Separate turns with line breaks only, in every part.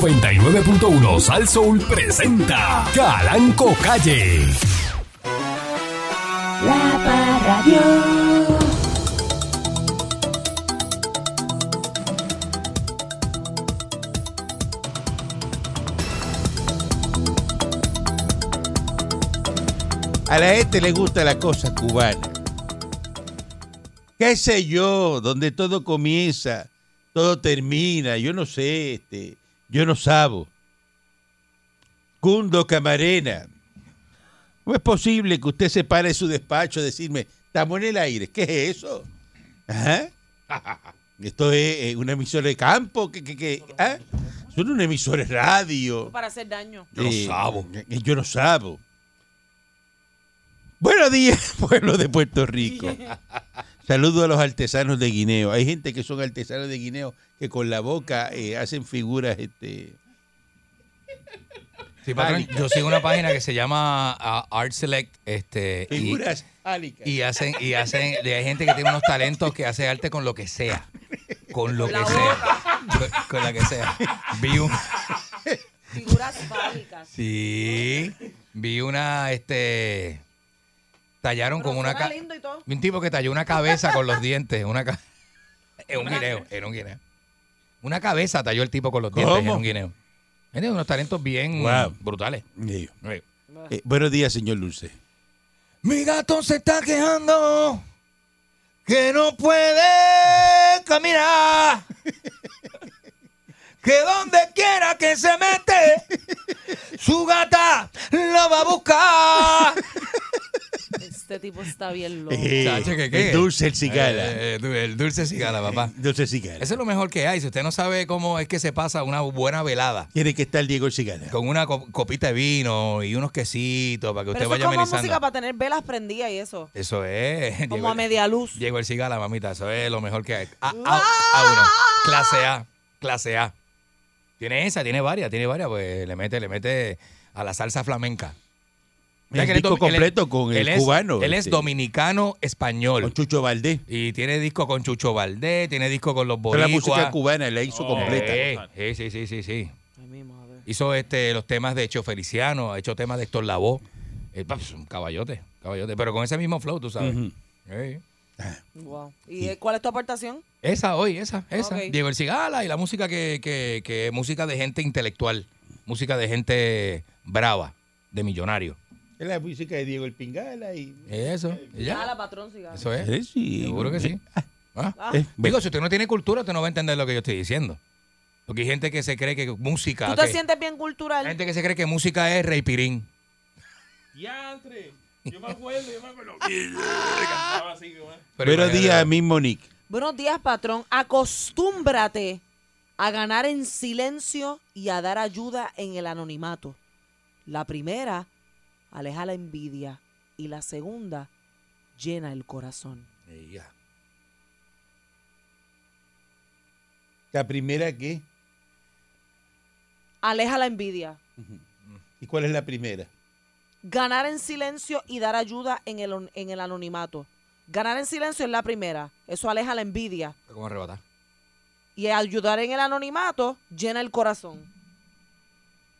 99.1 Sal Soul presenta Calanco Calle.
La Parradio.
A la gente le gusta la cosa cubana. ¿Qué sé yo? Donde todo comienza, todo termina. Yo no sé, este, yo no sabo. Cundo Camarena. ¿Cómo es posible que usted se pare en su despacho a decirme, estamos en el aire? ¿Qué es eso? Ajá. Esto es eh, una emisora de campo. que, que, que- ¿ah? Son una emisora de radio.
para hacer daño.
Yo no sabo. Eh, Yo no sabo. Buenos días, pueblo de Puerto Rico. Saludo a los artesanos de Guineo. Hay gente que son artesanos de Guineo que con la boca eh, hacen figuras. Este,
Sí, patrón, yo sigo una página que se llama ah, Art Select este, y,
figuras álicas.
y hacen, y hacen, y hay gente que tiene unos talentos que hace arte con lo que sea. Con lo que sea. Con, con la que sea. Vi un,
Figuras fálicas.
sí. Vi una, este. Tallaron
Pero
como una
suena
ca-
lindo y todo.
Un tipo que talló una cabeza con los dientes. Una ca- en un guineo, en un guineo. Una cabeza talló el tipo con los dientes en
¿Cómo?
un guineo. Tiene unos talentos bien
Wow.
brutales.
Eh, eh, buenos días, señor Dulce.
Mi gato se está quejando que no puede caminar. Que donde quiera que se mete, su gata la va a buscar.
Este tipo está bien loco.
Eh,
Chacho, ¿qué, qué?
el Dulce el cigala. Eh,
Eh, eh, du- el dulce cigala, papá.
Dulce el cigala.
Eso es lo mejor que hay. Si usted no sabe cómo es que se pasa una buena velada,
Tiene que estar Diego el cigala.
con una co- copita de vino y unos quesitos para que
Pero
usted
eso es
vaya
como
amenizando.
música para tener velas prendidas y eso.
Eso es.
Como
Diego-
a media luz.
Llegó el cigala, mamita. Eso es lo mejor que hay. A, uno. Clase A. Clase A. Tiene esa, tiene varias, tiene varias. Pues le mete, le mete a la salsa flamenca. O sea
El
que él es
disco
domi-
completo
él es-
con el
él es-
cubano.
Él es
este,
dominicano español.
Con Chucho Valdés.
Y tiene disco con Chucho Valdés, tiene disco con los
Toda La
boricuas.
música cubana la hizo completa.
Eh, eh, sí, sí, sí, sí.
Ay, mi madre.
Hizo este, los temas de Hecho Feliciano, ha hecho temas de Héctor Lavoe. Eh, pa, pues, un caballote, caballote. Pero con ese mismo flow, tú sabes.
Ujú.
Eh.
Wow. ¿Y eh, cuál es tu aportación?
Esa hoy, esa, esa.
Ok.
Diego El Cigala y la música que, que, que es música de gente intelectual, música de gente brava, de millonario.
Es la música de Diego el Pingala y.
Eso, y
Ah, la
ya.
patrón cigala.
Eso es.
Eh, sí.
Seguro que sí. Ah.
Ah.
Eh,
Digo, si usted no tiene cultura, usted no va a entender lo que yo estoy diciendo. Porque hay gente que se cree que música.
¿Tú
que-
te sientes bien
Hay
cultural?
gente que se cree que música es Rey Pirín.
Buenos
imagínate-
días, Miss Monique.
Buenos días, patrón. Acostúmbrate a ganar en silencio y a dar ayuda en el anonimato. La primera, aleja la envidia. Y la segunda, llena el corazón.
Eh, ya.
¿La primera qué?
Aleja la envidia.
¿Y cuál es la primera?
Ganar en silencio y dar ayuda en el, on- en el anonimato. Ganar en silencio es la primera. Eso aleja la envidia.
¿Cómo arrebatar?
Y ayudar en el anonimato llena el corazón.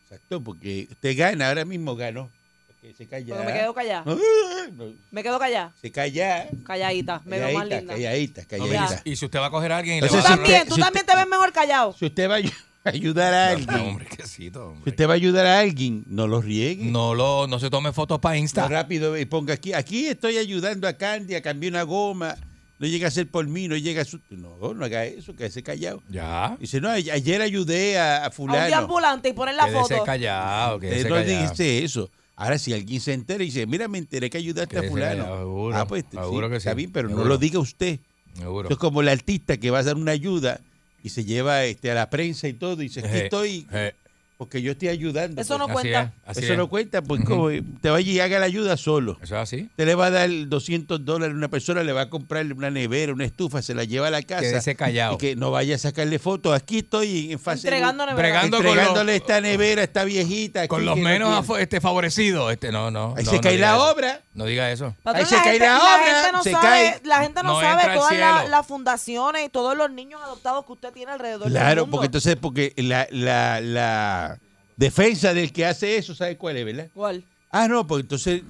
Exacto, porque usted gana, ahora mismo ganó. Porque se calla. Ah,
Pero me quedo callada.
No,
Me quedo callada.
Se calla.
Calladita. Me veo más
Calladita,
linda.
calladita,
Ya.
calladita.
Y si usted va a coger a alguien y
No
le
sé
va
Tú
a dar
si
también,
usted-
tú
si
también te ves mejor callado.
Si usted va a ayu- ayudar a
No, no,
alguien,
hombre, qué cito,
si
hombre.
usted va a ayudar a alguien, no lo riegue.
No, lo, no se tome fotos para
No,
Insta.
rápido y ponga aquí. Aquí estoy ayudando a Candy a cambiar una goma. No llega a ser por mí, no llega a su. No, no haga eso, quédese callado.
Ya.
Dice, no, a- ayer ayudé a, a
A un
Fulano.
deambulante y ponen la
Quédese
foto.
callado,
Usted
quédese
Eh, no
callado.
dijiste eso. Ahora, si alguien se entera y dice, mira, me enteré que ayudaste a
Quédese
fulano.
callado, seguro,
ah, pues sí,
seguro que
está
sí,
bien, pero no
seguro.
lo diga usted.
Seguro.
Eso es como el artista que va a dar una ayuda y se lleva este, a la prensa y todo y dice, aquí
Eh,
estoy
eh,
porque yo estoy ayudando.
Eso no
Pues,
así
cuenta.
es, así
eso
es.
no cuenta, porque como, eh, te vaya y haga la ayuda solo.
Eso es así.
Usted le va a dar 200 dólares a una persona, le va a comprar una nevera, una estufa, se la lleva a la casa.
Quédese callado.
Y que no vaya a sacarle fotos. Aquí estoy en fase...
Entregando nevera.
Bregando con
entregándole
los-
esta nevera, esta viejita.
Con
aquí
los
que no
menos
tiene.
afo- este, favorecidos. Este, no, no.
Ahí
no,
Pues se
no
cae
diga
la
eso.
obra.
No diga eso.
Patrón,
Ahí se
la
cae
gente,
la obra,
gente no
se
sabe,
cae.
La gente no,
No
sabe
entra al
todas la-
cielo.
las fundaciones y todos los niños adoptados que usted tiene alrededor del
Claro,
mundo.
porque entonces, porque la, la, la defensa del que hace eso, ¿sabe cuál es, verdad?
¿Cuál?
Ah, no, pues entonces,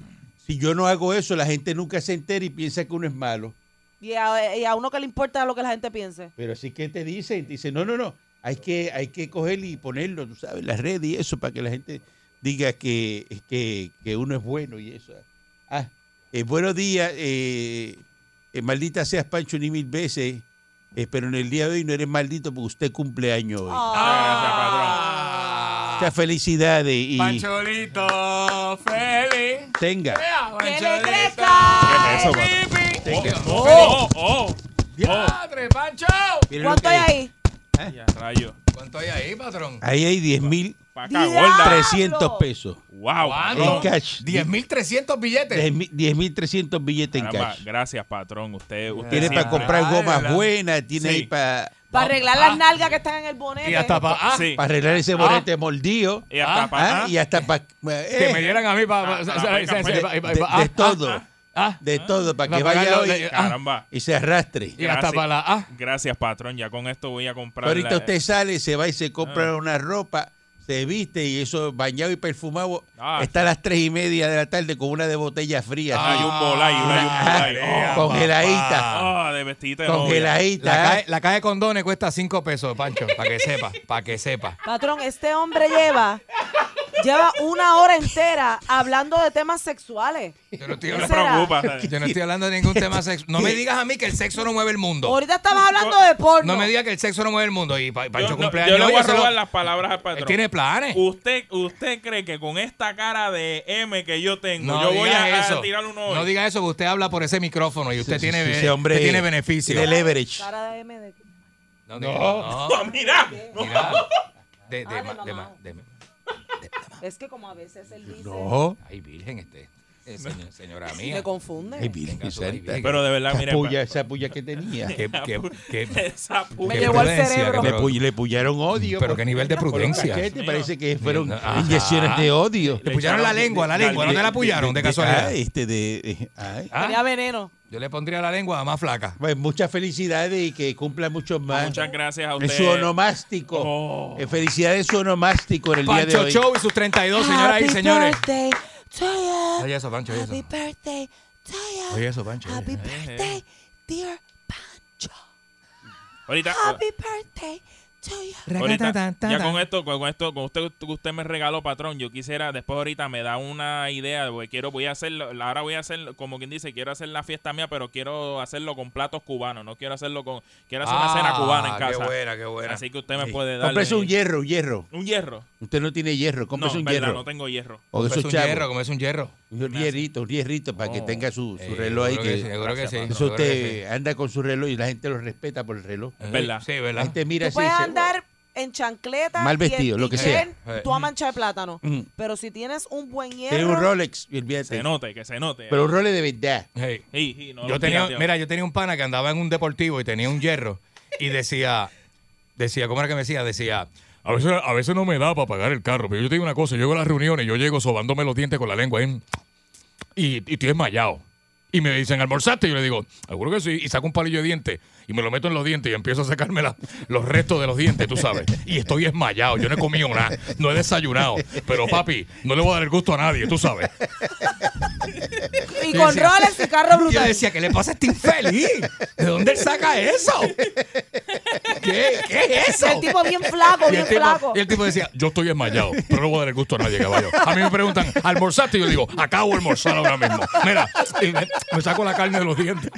si yo no hago eso, la gente nunca se entera y piensa que uno es malo.
Y a, y a uno que le importa lo que la gente piense.
Pero así que te dicen, te dicen, no, no, no, hay que, hay que coger y ponerlo, tú sabes, en las redes y eso, para que la gente diga que, que, que uno es bueno y eso. Ah, eh, buenos días, eh, eh, maldita seas Pancho ni mil veces, eh, pero en el día de hoy no eres maldito porque usted cumple años hoy.
Ah,
Ah,
Muchas felicidades y
Pancholito, feliz.
tenga.
Vea,
¡Que le
Pancholito.
crezca!
Eso,
Pipi.
Oh, oh,
¡Diadre, Pancho!
Miren lo
¿Cuánto
que-
hay ahí?
Ya, rayo.
¿Cuánto hay ahí, patrón?
Ahí hay 10 mil
Pa' acá, gorda.
300 pesos.
Wow.
¿Cuánto?
En
patrón.
cash.
10.300 billetes.
10 mil- 10 mil 300 billetes en
Caramba,
cash.
gracias, patrón. Usted, usted
Tiene
siempre-
para comprar gomas
¿verdad?
buenas, tiene
Sí.
ahí para...
Para arreglar las nalgas que están en el bonete.
Ah, Y hasta para... Ah,
Sí.
para arreglar ese bonete mordido
Y hasta
Ah,
para
ah, y hasta para
Que me dieran a mí
Ah,
para...
ah, venga, pues.
de todo.
Ah,
de todo para
Va
que
a pagar
vaya
lo
hoy
de-
Caramba.
y se arrastre.
y hasta
Gracias.
para la... Ah,
Gracias, patrón. Ya con esto voy a comprar.
Ahorita
la-
usted sale, se va y se compra
Ah.
una ropa, se viste y eso bañado y perfumado
Ah,
está a las tres y media de la tarde con una de botella fría,
Ah, y un bolay, una y un bolay.
Ah,
Oh,
congeladita,
ah, de vestidita de novia.
La,
congeladita.
caja, la caja de condones cuesta 5 pesos, Pancho, para que sepa, para que sepa.
Patrón, este hombre lleva lleva una hora entera hablando de temas sexuales.
Yo no estoy
No te
hablando,
preocupes.
yo no estoy hablando de ningún tema sexual. No me digas a mí que el sexo no mueve el mundo.
Ahorita estabas hablando de porno.
No me digas que el sexo no mueve el mundo. Y pa- Pancho
Yo, no-
cumpleaños.
yo le voy
hoy,
a
eso lo-
robar las palabras al
Él
patrón.
tiene planes.
¿Usted, ¿Usted cree que con esta cara de M que yo tengo,
No
yo voy
diga
a, a
eso.
tirar uno hoy?
No diga eso, que usted habla por ese micrófono y usted
Sí, sí,
tiene,
sí,
be-
ese hombre
usted tiene beneficio.
tiene leverage.
Cara de M de-
No, diga- no.
No, mira.
mira. De, de,
Ah, de
ma-
la
de
mano.
ma- de ma-
Es que como a veces él dice,
No,
Ay, virgen, este. eh, señor- señora
me
mía.
confunde.
ay, Virgen
Tenga su- ay,
Santa.
Virgen.
Pero de verdad,
Esa
mire.
puya,
pa-
esa puya que tenía.
Qué- qué- qué-
Esa puya.
qué
llegó al
prudencia,
cerebro.
qué
Le,
pro-
pu- le pullaron odio.
Pero
por-
qué nivel de
por los
prudencia.
cachetes,
Dios mío.
parece que fueron
Ajá.
inyecciones de odio.
Le pusieron la lengua, la lengua, no te la pullaron de
Ah,
casualidad.
este de, eh, ay.
Ah,
Tenía veneno.
Yo le pondría la lengua más flaca.
Pues muchas felicidades y que cumpla muchos
Ah,
más.
Muchas gracias a
En
usted.
su onomástico.
Oh.
Eh, Felicidades en su onomástico en el día de
Pancho
hoy. Ah,
Show y sus 32, señoras y
Happy
señores.
birthday to you.
Oye eso, Pancho, oye
Happy
eso.
birthday to you.
Oye eso, Pancho. eh. oye
Happy
eso.
birthday, dear Pancho.
Ahorita.
Ah.
Happy birthday to you.
Ahorita, ya con esto, con con esto, con usted, que usted me regaló, patrón, yo quisiera, después ahorita me da una idea, porque quiero, voy a hacerlo, ahora voy a hacer, como quien dice, quiero hacer la fiesta mía, pero quiero hacerlo con platos cubanos, no quiero hacerlo con, quiero hacer una cena cubana en
Ah,
casa.
Qué buena, qué buena.
Así que usted me
Sí.
puede dar.
Cómprese un hierro, un hierro.
Un hierro.
Usted no tiene hierro,
No,
cómprese un
verdad,
hierro.
no tengo hierro.
o de
Como es
esos
un
chavos.
hierro, como es un hierro.
Un hierrito, un hierrito para que
Oh.
tenga su, su
Eh,
reloj ahí.
seguro que
Que,
sí, seguro que sí.
Gracias,
eso
seguro que
usted
sí.
anda con su reloj y la gente lo respeta por el reloj.
Eh,
¿Verdad?
Sí,
La
¿verdad?
gente mira
Tú
así.
puedes
y dice,
andar en chancleta.
Mal
y en
vestido, lo que sea.
t-shirt,
Eh.
Tú a mancha de plátano.
Mm.
Pero si tienes un buen
Tiene un
hierro.
Rolex, y olvídate.
Se note, que se note. Ah,
Pero un Rolex de verdad.
Hey.
Sí, sí, no
Yo
lo
tenía,
pirateo.
mira, yo tenía un pana que andaba en un deportivo y tenía un hierro y decía, decía, ¿cómo era que me decía? Decía, a veces, a veces no me da para pagar el carro, pero yo te digo una cosa, yo llego a las reuniones, yo llego sobándome los dientes con la lengua ahí, y, y estoy desmayado. Y me dicen, ¿almorzaste? Y yo le digo, seguro que sí. Y saco un palillo de dientes y me lo meto en los dientes y empiezo a sacarme la- los restos de los dientes, tú sabes. Y estoy desmayado, yo no he comido nada, no he desayunado. Pero papi, no le voy a dar el gusto a nadie, tú sabes.
Y
Yo
con
decía-
roles y carro
Yo
brutal.
decía, ¿qué le pasa a este infeliz? ¿De dónde él saca eso? ¿Qué, qué es
El
eso?
tipo bien flaco,
Y
bien
el, tipo,
flaco.
y el tipo decía, yo estoy desmayado, pero no voy a dar el gusto a nadie, caballo. A mí me preguntan, ¿almorzaste? Y yo digo, acabo de almorzar ahora mismo. Mira, y me, me saco la carne de los dientes.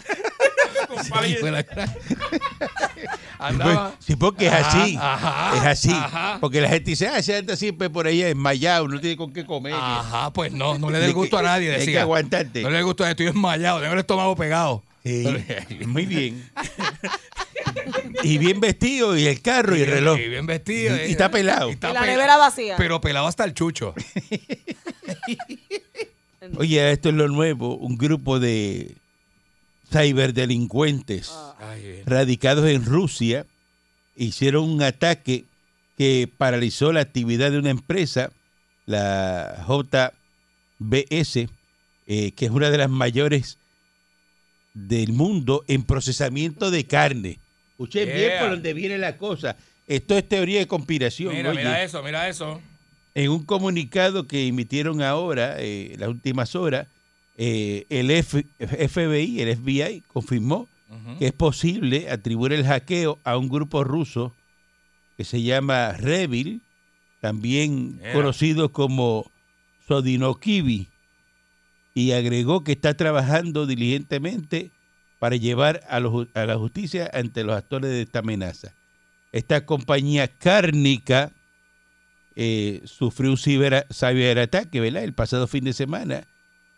palillo.
Fue la cara.
Pues,
Andaba.
sí, porque es
Ajá,
así.
ajá,
es así.
ajá.
Porque la gente dice, ah, esa gente siempre por ahí desmayado, no tiene con qué comer.
Ajá, pues no, no le dé el gusto a nadie,
Hay que
decía.
aguantarte.
No le dé el gusto a nadie, estoy desmayado, tengo el estómago pegado.
Sí, eh, muy bien. y bien vestido, y el carro, y el reloj.
Y bien vestido.
Y- y
eh.
está pelado.
Y la nevera vacía.
Pero pelado hasta el chucho.
Oye, esto es lo nuevo, un grupo de ciberdelincuentes
Ah.
radicados en Rusia hicieron un ataque que paralizó la actividad de una empresa, la JBS, eh, que es una de las mayores del mundo en procesamiento de carne. Escuchen bien
Yeah.
por donde viene la cosa. Esto es teoría de conspiración.
Mira,
oye.
mira eso, mira eso.
En un comunicado que emitieron ahora, eh, las últimas horas, eh, el F- FBI, el FBI, confirmó
Ujú.
que es posible atribuir el hackeo a un grupo ruso que se llama Revil, también
Mira.
conocido como Sodinokivi, y agregó que está trabajando diligentemente para llevar a, los ju- a la justicia ante los actores de esta amenaza. Esta compañía cárnica eh, sufrió un cibera- ciberataque, ¿verdad? El pasado fin de semana,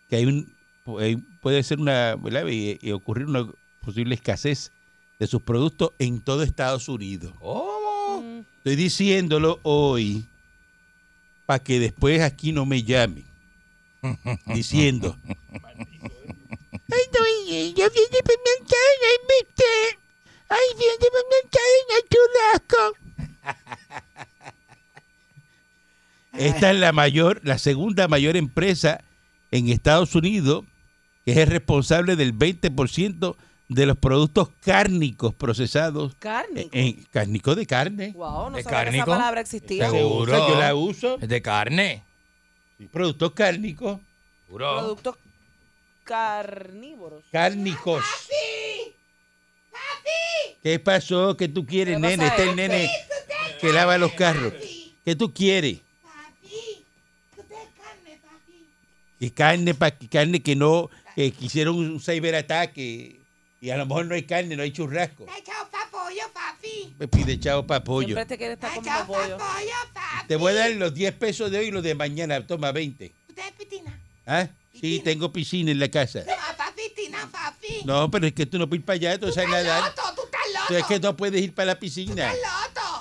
que hay un hay- puede ser una, ¿verdad? Y, y ocurrir una posible escasez de sus productos en todo Estados Unidos.
¿Cómo?
Estoy diciéndolo hoy para que después aquí no me llamen diciendo. Ay, no, eh, yo vine por mercado, ay, mister. Ay, vine por mercado en el churrasco. Esta es la mayor, la segunda mayor empresa en Estados Unidos que es responsable del 20% de los productos cárnicos procesados
Carne.
en cárnico de carne.
wow, no sabía
¿De
que esa
cárnico?
palabra existía.
Seguro.
Se usa, yo la uso.
Es de carne.
Productos cárnicos.
Seguro.
Productos carnívoros.
Cárnicos. ¿Qué pasó? ¿Qué tú quieres,
¿Qué
nene?
pasa,
Está el
este?
nene que lava los carros. ¿Qué tú quieres? Que carne, pa- que carne que no, eh, que hicieron un ciberataque y a lo mejor no hay carne, no hay churrasco. Me pide chao pa' pollo.
Siempre te quiere estar comiendo pollo.
Te voy a dar los 10 pesos de hoy y los de mañana. Toma 20. ¿Ah? Sí, tengo piscina en la casa. No, pero es que tú no puedes ir para allá, tú sabes nadar. Tú es é que no puedes ir para la piscina.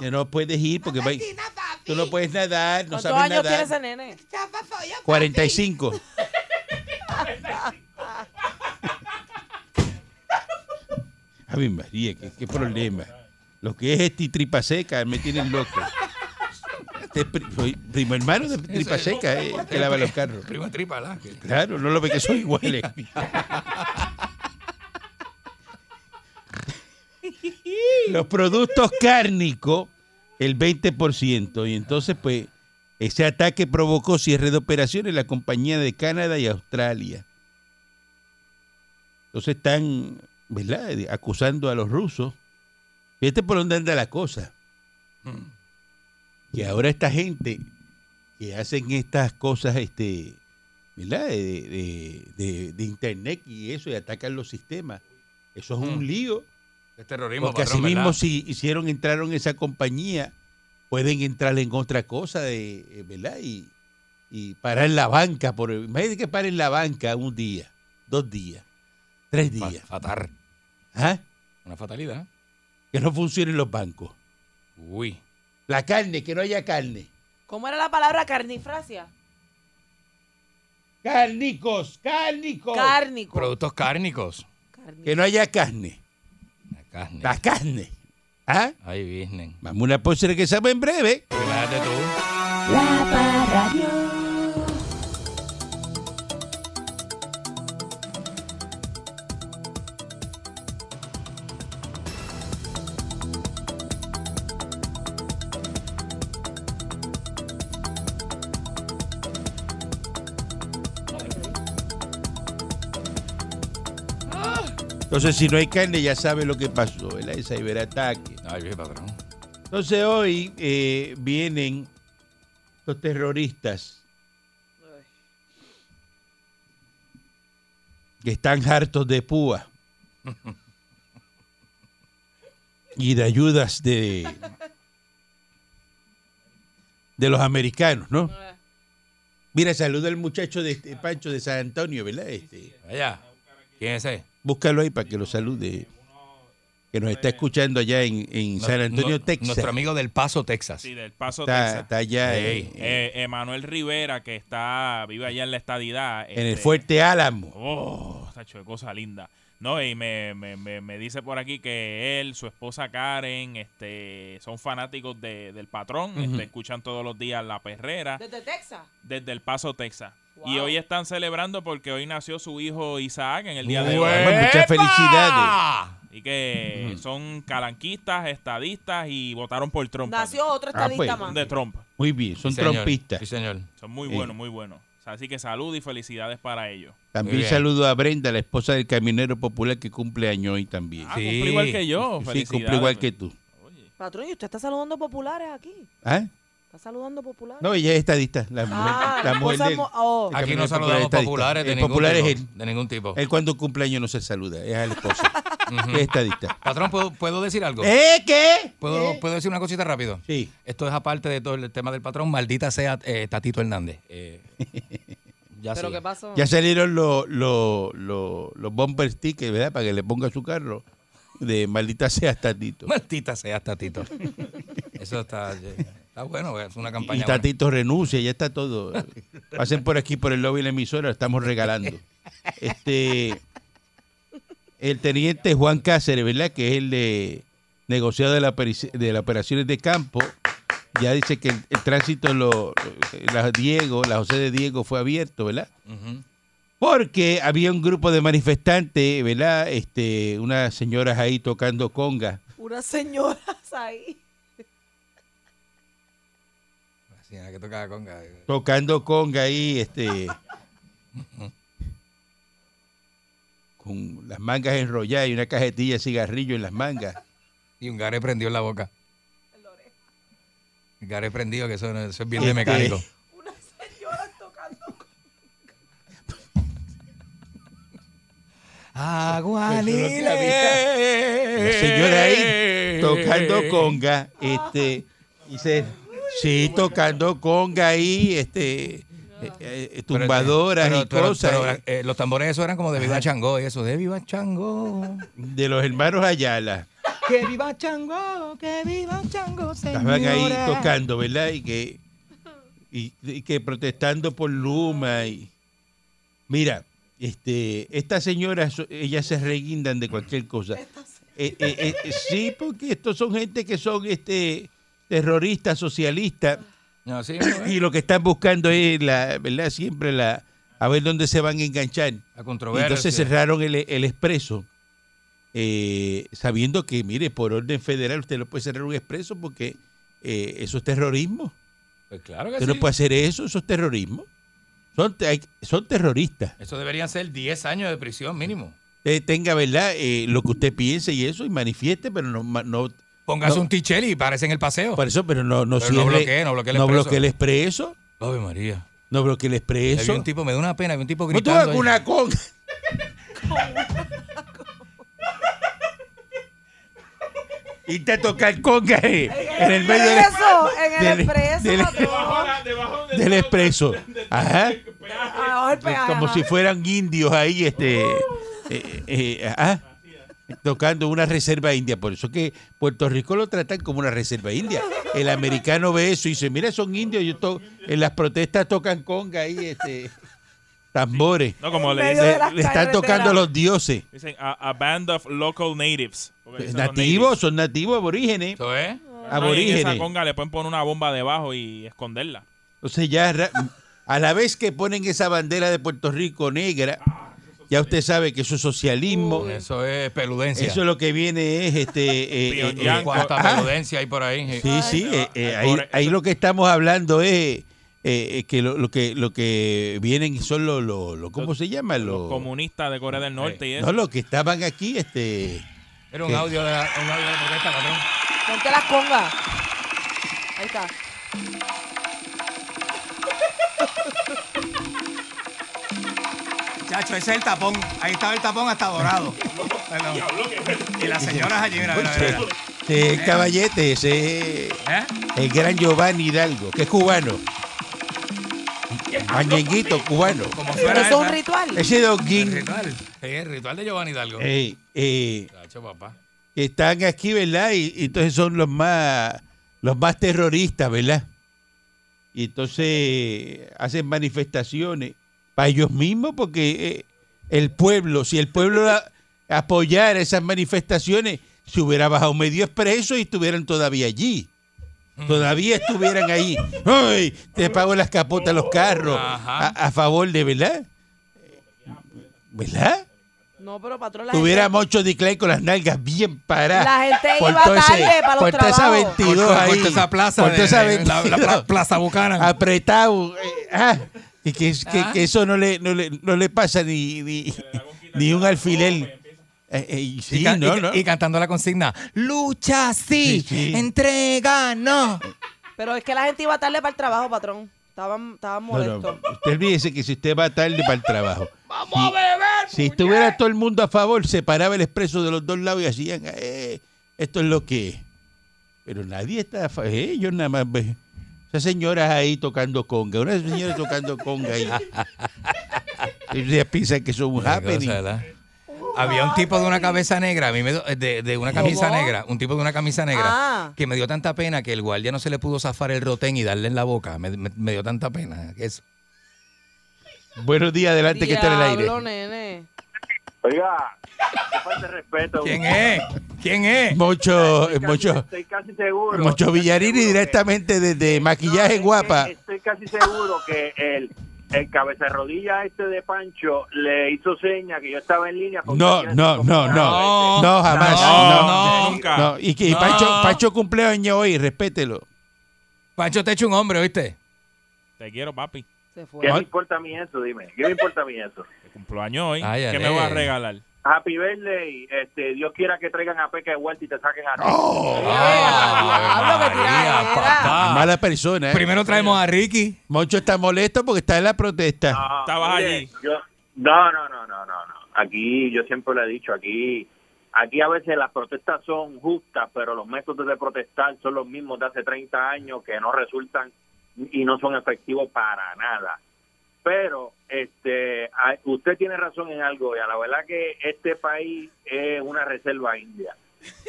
Que no puedes ir porque va- tú no puedes nadar, no
¿Cuántos
sabes
años tiene ese
nadar.
nene?
45. A mi María, qué, qué problema. Lo que es este y tripa seca me tienen loco. Este es pri- soy primo hermano de tripa seca, eh, que lava los carros.
Prima tripa, ¿la? que-
Claro, no lo ve que eh. son iguales. Los productos cárnicos, el 20%. Y entonces, pues, ese ataque provocó cierre de operaciones en la compañía de Canadá y Australia. Entonces están, ¿verdad?, Eh, acusando a los rusos. Fíjate por dónde anda la cosa. Y ahora esta gente que hacen estas cosas, este, ¿verdad? De, de- de- de internet y eso, y atacan los sistemas. Eso es un lío.
Es terrorismo,
Porque
Mm.
así
patrón,
mismo
¿verdad?
si hicieron, entraron en esa compañía, pueden entrar en otra cosa, de, eh, ¿verdad? Y, y parar la banca. Por, imagínate que paren la banca un día, dos días, tres
Fa-
días.
Fatar.
¿ah?
Una fatalidad.
Que no funcionen los bancos.
Uy.
La carne, que no haya carne.
¿Cómo era la palabra carnifrasia?
Cárnicos, cárnicos.
Cárnico.
Productos cárnicos.
Carni-
que no haya carne.
La carne.
La carne. ¿Ah?
Ay, business.
Vamos a una postre que sabe en breve.
Relájate tú.
La Parradio.
Entonces, si no hay carne, ya sabe lo que pasó, ¿verdad? El ciberataque.
Ay, bien, patrón.
Entonces, hoy eh, vienen los terroristas que están hartos de púa y de ayudas de, de los americanos, ¿no? Mira, saluda al muchacho de este, Pancho de San Antonio, ¿verdad? Este,
Allá. ¿Quién es ese?
Búscalo ahí para que lo salude. Que nos está escuchando allá en, en San Antonio,
Nu-
Texas.
Nuestro amigo del Paso, Texas.
Sí, del Paso
está,
Texas.
está allá
Ey,
en,
Eh, Emanuel Rivera, que está vive allá en la estadidad.
en el
este,
Fuerte Álamo.
Oh, tacho, qué cosa linda. No, y me, me, me- me dice por aquí que él, su esposa Karen, este, son fanáticos de- del patrón, este, escuchan todos los días La Perrera
Desde Texas.
desde El Paso, Texas.
Wow.
Y hoy están celebrando porque hoy nació su hijo Isaac en el día de hoy.
Bueno. muchas felicidades.
Y que son calanquistas, estadistas y votaron por Trump.
Nació otro
Ah,
estadista
pues.
más.
De Trump.
Muy bien, son
Sí, señor.
trompistas.
Sí, señor.
Son muy
Sí.
buenos, muy buenos. O sea, así que salud y felicidades para ellos.
Muy
También
bien.
saludo a Brenda, la esposa del camionero popular que cumple año hoy también.
Ah,
Sí.
cumple igual que yo.
sí,
Felicidades.
cumple igual que tú.
Oye,
Patrón, y usted está saludando populares aquí.
¿Ah?
Está saludando populares.
No, ella es estadista. La mujer,
ah,
la
la
mujer
esposa
del-
mo- oh.
El
Aquí
camionero
no saludamos
popular estadista.
populares de
El
ningún
popular es
tipo.
él.
De ningún tipo.
Él cuando cumple año no se saluda, es al esposo.
Ujú.
es estadista.
Patrón, ¿puedo, puedo decir algo?
¿Eh? ¿Qué?
¿Puedo,
¿Eh?
¿Puedo decir una cosita rápido?
Sí.
Esto es aparte de todo el tema del patrón. Maldita sea eh, Tatito Hernández. Eh, ya
Pero
sí.
¿qué pasó?
Ya salieron los los los- los bumper stickers, ¿verdad? Para que le ponga su carro. De maldita sea Tatito.
Maldita sea Tatito. Eso está, eh, está bueno, es una
Y
campaña. buena.
Tatito renuncia, ya está todo. Pasen por aquí, por el lobby de la emisora, lo estamos regalando. Este, el teniente Juan Cáceres, ¿verdad? Que es el de negociado de, la perici- de las operaciones de campo. Ya dice que el, el tránsito, lo, la Diego, la José de Diego fue abierto, ¿verdad?
Ujú.
Porque había un grupo de manifestantes, ¿verdad? Este, unas señoras ahí tocando conga.
Unas señoras ahí.
Sí, la que toca conga.
tocando conga ahí, este, con las mangas enrolladas y una cajetilla de cigarrillo en las mangas.
Y un gare prendió en la boca. El gare prendido, que eso, no- eso es bien de
Este-
mecánico.
Unas señoras tocando.
La señora ahí tocando conga, este, y se- sí, tocando conga ahí, este, eh, eh,
Pero-
tumbadoras
pero-
y
pero-
cosas
pero,
eh,
eh, los tambores esos eran como de Viva Chango y eso, de Viva Chango.
de los hermanos Ayala.
Que viva Chango, que viva Chango,
Estaban ahí tocando, ¿verdad? Y que, y, y que protestando por Luma. Y... Mira, este, estas señoras, so- ellas se reguindan de cualquier cosa. Eh, eh, eh, eh, sí, porque estos son gente que son este terroristas, socialistas,
No, sí, no, eh.
y lo que están buscando es, la, ¿verdad? Siempre la, a ver dónde se van a enganchar.
la
Y
controversia.
Entonces cerraron el, el expreso, eh, sabiendo que, mire, por orden federal usted no puede cerrar un expreso porque eh, eso es terrorismo.
Pues claro que
Usted
sí.
no puede hacer eso, eso es terrorismo. Son, te- hay- son terroristas.
Eso deberían ser 10 años de prisión mínimo.
Usted tenga, ¿verdad?, Eh, lo que usted piense y eso, y manifieste, pero no, ma- no
Póngase
No. Pues-
un tichelli y parece en el paseo.
por eso, pero no, no
Pero no
cierre-
bloquee, no bloquee el
no
expreso.
bloquee el expreso,
Ave María.
no bloquee el
Había
expreso.
un tipo, me da una pena, había un tipo
No
gritando.
tuve
ahí.
una Pues con. Y te toca el conga eh, en el medio del
Eso, en el
del-
expreso,
del-
patrón.
debajo
del expreso. Ajá.
Ah, el peaje,
Como
ajá.
si fueran indios ahí, este. eh, eh, ajá, Tocando una reserva india. Por eso que Puerto Rico lo tratan como una reserva india. El americano ve eso y dice: Mira, son indios. Yo to- en las protestas tocan conga ahí, este. Tambores.
No, como
En
le
medio
dicen,
de
Le,
las
le están
carreteras.
tocando los dioses.
dicen a, a band of local natives. Porque son los
Nativos, son nativos aborígenes.
¿Eso es?
No, y en esa
Aborígenes.
conga le pueden poner una bomba debajo y esconderla.
Entonces ya ra- a la vez que ponen esa bandera de Puerto Rico negra,
Ah,
ya usted sabe que eso es socialismo.
Eso es peludencia.
Eso lo que viene es este. eh, eh,
Pyongyang.
eh,
Cuánta
ah,
peludencia hay por ahí.
sí, sí. eh, eh, ahí,
Por-
ahí lo que estamos hablando es eh, eh, que lo, lo que lo que vienen son los lo, lo- ¿cómo se llama?
Los
Los
comunistas de Corea del
Eh,
Norte y eso.
no los que estaban aquí este.
Era un audio de, la- un audio de protesta, patrón.
Ponte las congas. Ahí está.
Chacho, ese es el tapón. Ahí estaba el tapón hasta dorado. Perdón. Y las señoras allí, mira, mira, mira.
Este caballete, ese es
¿Eh?
el gran Giovanni Hidalgo, que es cubano. Mañenguito cubano.
Como
Pero
fuera
eso es un
esa-
ritual.
Ese
el
doguín.
ritual. Sí, el ritual de Giovanni Hidalgo.
Ey, eh,
Chacho, papá.
están aquí, ¿verdad? Y, y entonces son los más los más terroristas, ¿verdad? Y entonces hacen manifestaciones para ellos mismos porque eh, el pueblo, si el pueblo la- apoyar esas manifestaciones si hubiera bajado medio expreso y estuvieran todavía allí. Todavía estuvieran ahí. ¡Ay! Te pago las capotas a los carros.
Ajá.
A, a favor de, ¿verdad? ¿Verdad?
No, pero patrón, la
Tuviéramos ocho Diclay con las nalgas bien paradas.
La gente
Por
iba
todo
tarde para los
por toda esa
trabajos.
22
Por-
ahí.
por toda esa plaza
Por toda
de-
esa Ah,
de- la- la
22.
pla- plaza Bucana.
Apretado. eh, ah, y que, que- que eso no le, no le, no le pasa ni, ni, ni un alfiler. Eh, eh, y sí,
y, ca-
no,
y-
no.
y cantando la consigna. Lucha sí,
Sí, sí.
entrega no.
gente- Pero es que la gente iba tarde para el trabajo, patrón. Estaban, estaban
No, no,
molestos.
Usted olvídese que si usted va tarde para el trabajo. ¡Vamos a beber! Si estuviera todo el mundo a favor, separaba el expreso de los dos lados y hacían, eh, esto es lo que es. Pero nadie está a favor. Ellos nada más. ve- Esas señoras ahí tocando conga. Una señora tocando conga ahí. Ellos piensan que son un
Qué cosa,
happening.
¿verdad? Había un tipo de una cabeza negra, a mí me do- eh, de, de una camisa negra, un tipo de una camisa negra,
Ah.
que me dio tanta pena que el guardia no se le pudo zafar el rotén y darle en la boca. Me, me- me dio tanta pena. que Eso.
Buenos días, adelante que está en el aire.
Diablo, nene.
Oiga, qué falta de respeto.
¿Quién es? ¿Quién es?
Mucho,
Estoy casi-
mucho,
Estoy casi seguro.
mucho
estoy casi
Villarini
seguro
directamente desde
que-
Maquillaje
No, es
Guapa.
que Estoy casi seguro que el, el cabeza de rodilla este de Pancho le hizo seña que yo estaba en línea. con
No,
cualquiera
no,
de
no,
esos
no.
No,
No, jamás.
no,
No,
nunca.
no. Y, que y
No.
Pancho, Pancho cumpleaños hoy, respételo.
Pancho te hecho un hombre, ¿oíste?
Te quiero, papi.
Se
¿Qué
fue.
me importa a mí eso? Dime, ¿qué me importa a mí eso?
Que cumplo año hoy.
Ay,
¿Qué
Ale.
me vas a regalar?
Happy birthday, este, Dios quiera que traigan a Peca de vuelta y te saquen a ti.
Diablo, qué
María,
tiradera.
papá.
Mala persona. ¿eh?
Ah. Primero traemos a Ricky.
Moncho está molesto porque está en la
Ah,
protesta.
No,
Estabas
oye,
allí.
yo- no, no, no, no, no, no. Aquí, yo siempre lo he dicho, aquí, aquí a veces las protestas son justas, pero los métodos de protestar son los mismos de hace 30 años que no resultan y no son efectivos para nada. Pero este, a- usted tiene razón en algo, y a la verdad que este país es una reserva india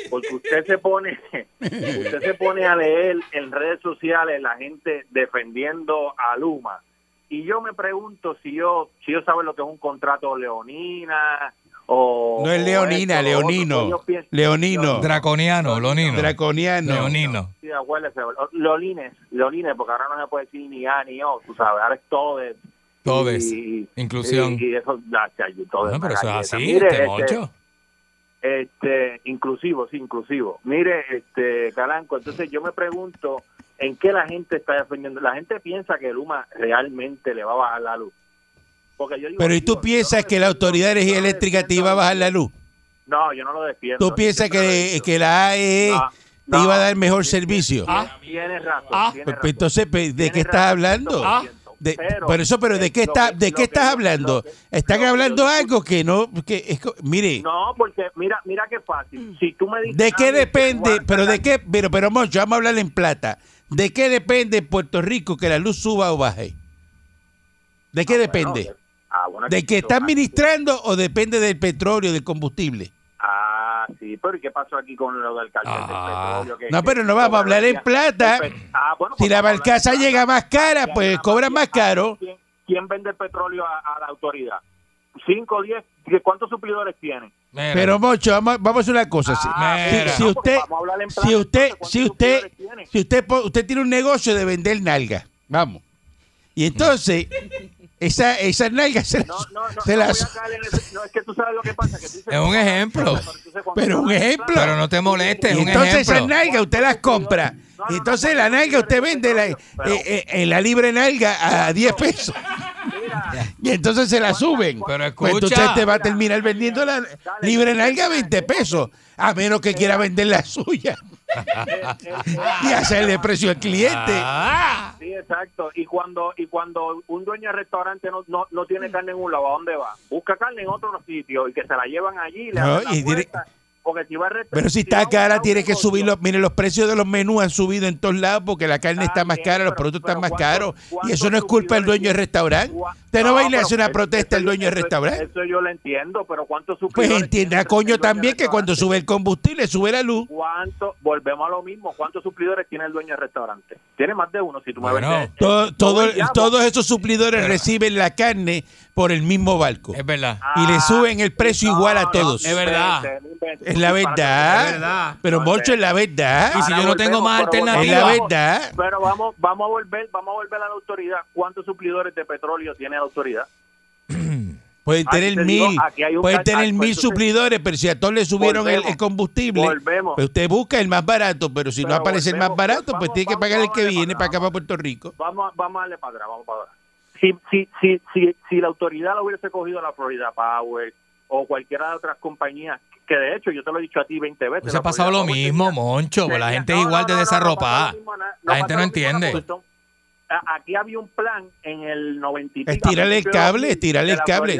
porque usted se pone usted se pone a leer en redes sociales la gente defendiendo a Luma y yo me pregunto si yo si yo sabe lo que es un contrato leonina o
no es
o
leonina,
esto, lo otro,
leonino.
pues yo pienso-
leonino.
Draconiano, Lonino.
draconiano.
Leonino.
Sí, acuérdese, lo- leonines leonines porque ahora no se puede decir ni A ni O tú sabes ahora es todo de
Todes.
y-
Inclusión.
y, y eso da chayo, todo
No,
es
pero eso es
una
así,
galleta. Mire,
este
este,
mocho.
este inclusivo, sí, inclusivo. Mire, este Calanco, entonces yo me pregunto en qué la gente está defendiendo. La gente piensa que Luma realmente le va a bajar la luz. Porque yo digo,
Pero ¿y
digo,
tú
yo
piensas
no
que la
defiendo-
autoridad
yo no
eléctrica te
defiendo
iba a bajar la luz?
No, yo no lo defiendo.
¿Tú piensas
Yo siempre lo he
que,
dicho.
que la AEE
No,
te
Ah, no. Ah.
iba a dar mejor servicio?
Tienes razón. tienes
Pues, pues,
razón.
entonces, pues, ¿de
Tienes
qué estás
razón,
hablando? Ah,
100%,
De-
pero-
por eso, pero ¿de qué,
eh, lo
está,
que-
¿de
lo
qué estás
que-
hablando?
lo que-
Están
lo que
hablando
yo
algo que no... Que es co- mire,
No, porque mira, mira qué fácil. Si tú me dices
¿De qué
algo que
depende?
guarda
Pero
la-
de qué, pero, pero Moncho, vamos a hablar en plata. ¿De qué depende en Puerto Rico que la luz suba o baje? ¿De qué depende?
Ah, Bueno, ah, bueno,
¿De que
chico,
está
ah,
administrando o depende del petróleo, del combustible?
Ah, sí, pero ¿y qué pasó aquí con lo del cartel
Ah.
del petróleo? Que-
No,
que-
pero no vamos a hablar en plata.
Ah, bueno,
Si
pues
la
vamos a hablar
barcaza
en plata.
llega más cara,
Ya,
pues
ya,
cobra
ya,
más
ya,
caro.
¿Quién, quién vende el petróleo a, a la autoridad? ¿Cinco, diez? ¿De ¿Cuántos suplidores tiene?
Mira.
Pero Moncho, vamos, a- vamos a hacer una cosa. Si-
Ah,
si,
mira.
si
No, porque
usted,
vamos a hablar en plata,
si usted,
entonces,
si
¿cuántos
usted,
suplidores tiene?
si usted, po- usted tiene un negocio de vender nalgas, vamos. Y entonces, esa, esas nalgas se las,
No, no, no,
se
no
las-
voy a caer en ese- no, es que tú sabes lo que pasa. Que tú dices-
Es un ejemplo.
Pero tú dices, cuando
Pero
tú
un
hablas en
ejemplo.
plata,
Pero no te molestes, es
Y
un
entonces esa
ejemplo.
nalga usted las compra.
No, no,
Y
no,
entonces
no,
la
no,
nalga
no,
usted
no,
vende la,
no, pero-
eh, eh, eh, la libre nalga a 10 pesos.
mira,
Y entonces se la suben.
Pero
Pues entonces
escucha.
usted va a terminar vendiendo la libre nalga a 20 pesos. A menos que quiera vender la suya. Y hacerle precio al cliente.
Ah,
Sí, exacto. Y cuando y cuando un dueño de restaurante no, no, no tiene carne en un lado, ¿a dónde va? Busca carne en otro sitio y que se la llevan allí. Le
No,
abren la
y dire-
puerta. Porque si va a restringir-
Pero
va
si
a
está
aumentar
cara,
un
tiene que
negocio,
subirlo. Miren, los precios de los menús han subido en todos lados porque la carne está,
Está
más
bien,
cara, los
pero-
productos están
pero
más
¿cuántos-
caros. Y eso no es
cuántos
culpa del dueño del
suplidores-
restaurante.
Gua-
Usted no va y le
pero
hace una
eso-
protesta al
eso-
dueño del
eso-
restaurante.
Eso yo lo entiendo, pero ¿cuántos
Pues
suplidores?
entienda,
tiene el
coño,
dueño
también
del
que cuando
restaurante?
sube el combustible, sube la luz.
¿Cuánto? Volvemos a lo mismo. ¿Cuántos suplidores tiene el dueño del restaurante? Tiene más de uno, si tú
Bueno, eh,
me ves.
Todo- todo- todos
pues.
esos suplidores reciben la carne por el mismo barco.
Es verdad.
y
Ah,
le suben el precio igual a todos.
es verdad.
Es la
Es verdad.
verdad. Pero,
No, Ah,
Moncho,
es
es la verdad.
Y si yo no tengo más
Es
alternativa.
la verdad.
Pero vamos, vamos a volver, vamos a volver a la autoridad. ¿Cuántos suplidores de petróleo tiene la autoridad?
Pueden
Aquí
tener
Ah, te digo,
mil,
aquí hay un
pueden
cal-
tener
ah,
mil
pues, entonces-
suplidores, pero si a todos le subieron el- el,
Volvemos.
combustible,
Volvemos.
pues usted busca el más barato, pero si no
Pero
aparece el más
volvemos,
barato, pues
vamos,
tiene que
vamos,
pagar el que
vamos,
viene para acá,
vamos.
para Puerto Rico.
Vamos, a- vamos a darle para atrás, vamos para atrás. Si, si, si, si, si la autoridad la hubiese cogido la Florida Power o cualquiera de las otras compañías, que de hecho yo te lo he dicho a ti 20 veces.
Pues ha
la
pasado
Florida
lo
Power
mismo,
tenía-
Moncho. pues La
tenía-
gente
no,
es igual
no,
de
no, no, pasa lo
desarropada.
mismo a na-
La gente
pasa
no
lo mismo a
entiende.
Puerto. A- Aquí había un plan en el 95.
Estírale el cable, estírale el cable.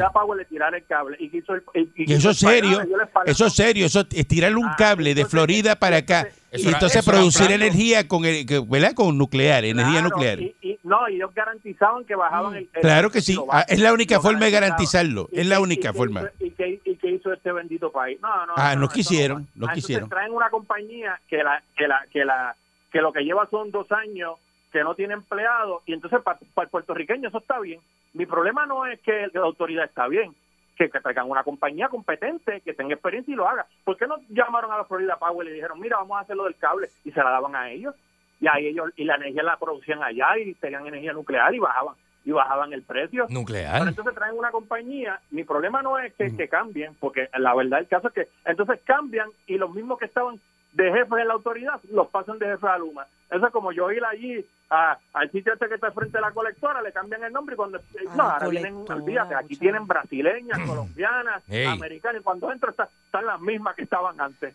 el cable. Y, quiso el- y- y
Y eso
quiso
es
el
serio,
pagano, yo le pagaba.
eso es serio, eso es tirarle un
Ah,
cable de
entonces,
Florida para acá
entonces,
Eso
y
era-
entonces
eso era
producir
Franco.
energía con, el- que- ¿verdad? con nuclear, energía
Claro,
nuclear.
Y, y- no, y ellos garantizaban que bajaban el, el-
Claro que sí,
lo
ah, es la única
lo
forma de
garantizaban.
garantizarlo,
¿Y
es la
qué-
única
y qué
forma.
hizo- ¿Y qué y qué hizo este bendito país? No, no.
Ah,
eso
no
eso va.
quisieron, no
Ah, entonces
quisieron.
traen una compañía que la que la que la que lo que lleva son dos años que no tiene empleado y entonces para el puertorriqueño eso está bien. Mi problema no es que la autoridad está bien, que, que traigan una compañía competente que tenga experiencia y lo haga. ¿Por qué no llamaron a la Florida Power y le dijeron, mira, vamos a hacerlo del cable y se la daban a ellos? Y ahí ellos y la energía la producían allá y tenían energía nuclear y bajaban y bajaban el precio. Pero
Nuclear.
entonces traen una compañía. Mi problema no es que, que cambien, porque la verdad el caso es que entonces cambian y los mismos que estaban de jefes de la autoridad los pasan de jefe a Luma. Eso es como yo ir allí a- al sitio este que está frente a la colectora, le cambian el nombre y cuando. eh,
la
no, ahora vienen,
colectora,
olvídate, aquí
muchacho.
tienen brasileñas, colombianas,
Ey.
americanas, y cuando entro está- están las mismas que estaban antes.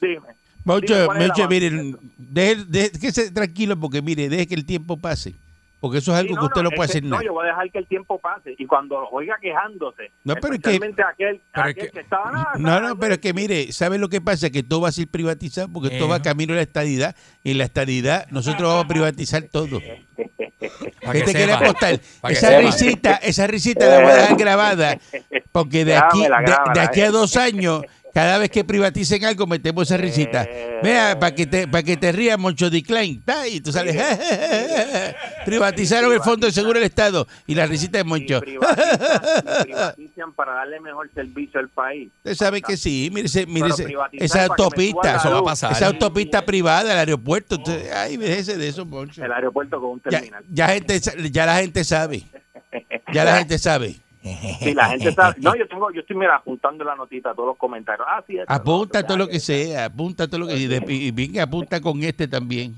Dime. Dime
Moncho,
cuál es el
Moncho,
avance
miren,
de eso.
deje, deje- déjese tranquilo porque mire, deje que el tiempo pase, porque eso es
Sí,
algo que usted no
es
puede
que-
hacer nada.
No, yo voy a dejar que el tiempo pase y cuando lo oiga quejándose,
No, pero es que-
especialmente aquel,
pero es
aquel
que-
que, estaba nada,
No,
nada,
no, pero es que mire, ¿sabe lo que pasa? Que todo va a ser privatizado porque
Eh,
todo va
¿no?
camino a la estadidad. Y en la estadidad
Ah,
nosotros vamos a privatizar todo.
Para que
¿Qué te quiere
sepa.
apostar?
Pa' que
Esa
sepa.
risita, esa risita la voy a dejar grabada porque de aquí,
Grábala,
de, de
grábala,
aquí
eh.
a dos años, cada vez que privaticen algo, metemos esa risita.
Eh.
Vea, para que te, para que te rías, Moncho Decline. ta, Y tú sales, privatizaron el Fondo de Seguro del Estado y la risita de
y
Moncho.
privatizan, y privatizan para darle mejor servicio al país.
Usted sabe que sí, mire, ese- mire
Pero
ese-
privatizar
esa
para que me suba
autopista,
la
Eso va a
luz.
pasar.
esa autopista privada, el aeropuerto. usted- ay, déjese de eso, Moncho.
El aeropuerto con un
Ya, eh,
terminal.
ya gente, sa- ya la gente sabe. Ya la gente sabe.
Sí,
eh,
la gente sabe. No, yo tengo, yo estoy mira apuntando la notita, todos los comentarios. Ah, sí, esto,
Apunta
no,
todo lo que
eso,
sea, apunta todo lo que y de- y venga, apunta con este también.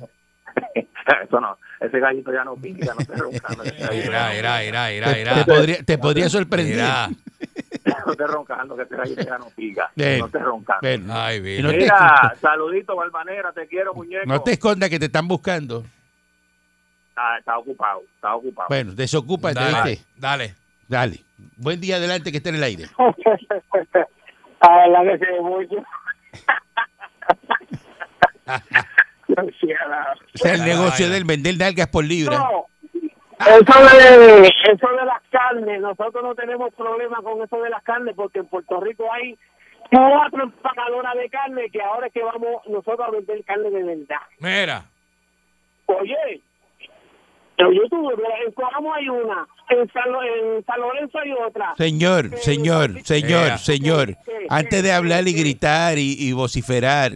Eso no, ese gallito ya no pica, no se ronca. No,
Era, era, era,
Te,
era,
te
era.
podría, te podría sorprender.
Era.
no esté roncando, que ese gallito ya no pica.
Bien.
No esté roncando.
Bueno,
Ay,
y
bien.
no, te
Mira,
escondas-
saludito, Balvanera, te quiero, muñeco.
no te escondas que te están buscando.
Ah, está ocupado, está ocupado.
Bueno, desocúpate,
Dale,
¿viste?
dale.
Dale. Buen día adelante que esté en el aire.
A Ah, la que se voy yo. No, sí, a la-
Ese es el
Dale,
negocio
dale.
del vender nalgas por libra.
No, Ah. eso de, eso de las carnes, nosotros no tenemos problema con eso de las carnes porque en Puerto Rico hay cuatro empacadoras de carne que ahora es que vamos nosotros a vender carne de verdad.
Mira.
Oye, pero yo tuve, en Coamo hay una, en San, Lo- en San Lorenzo hay otra.
Señor,
Eh,
señor, señor,
Ea.
señor,
eh,
antes de hablar y gritar y, y vociferar,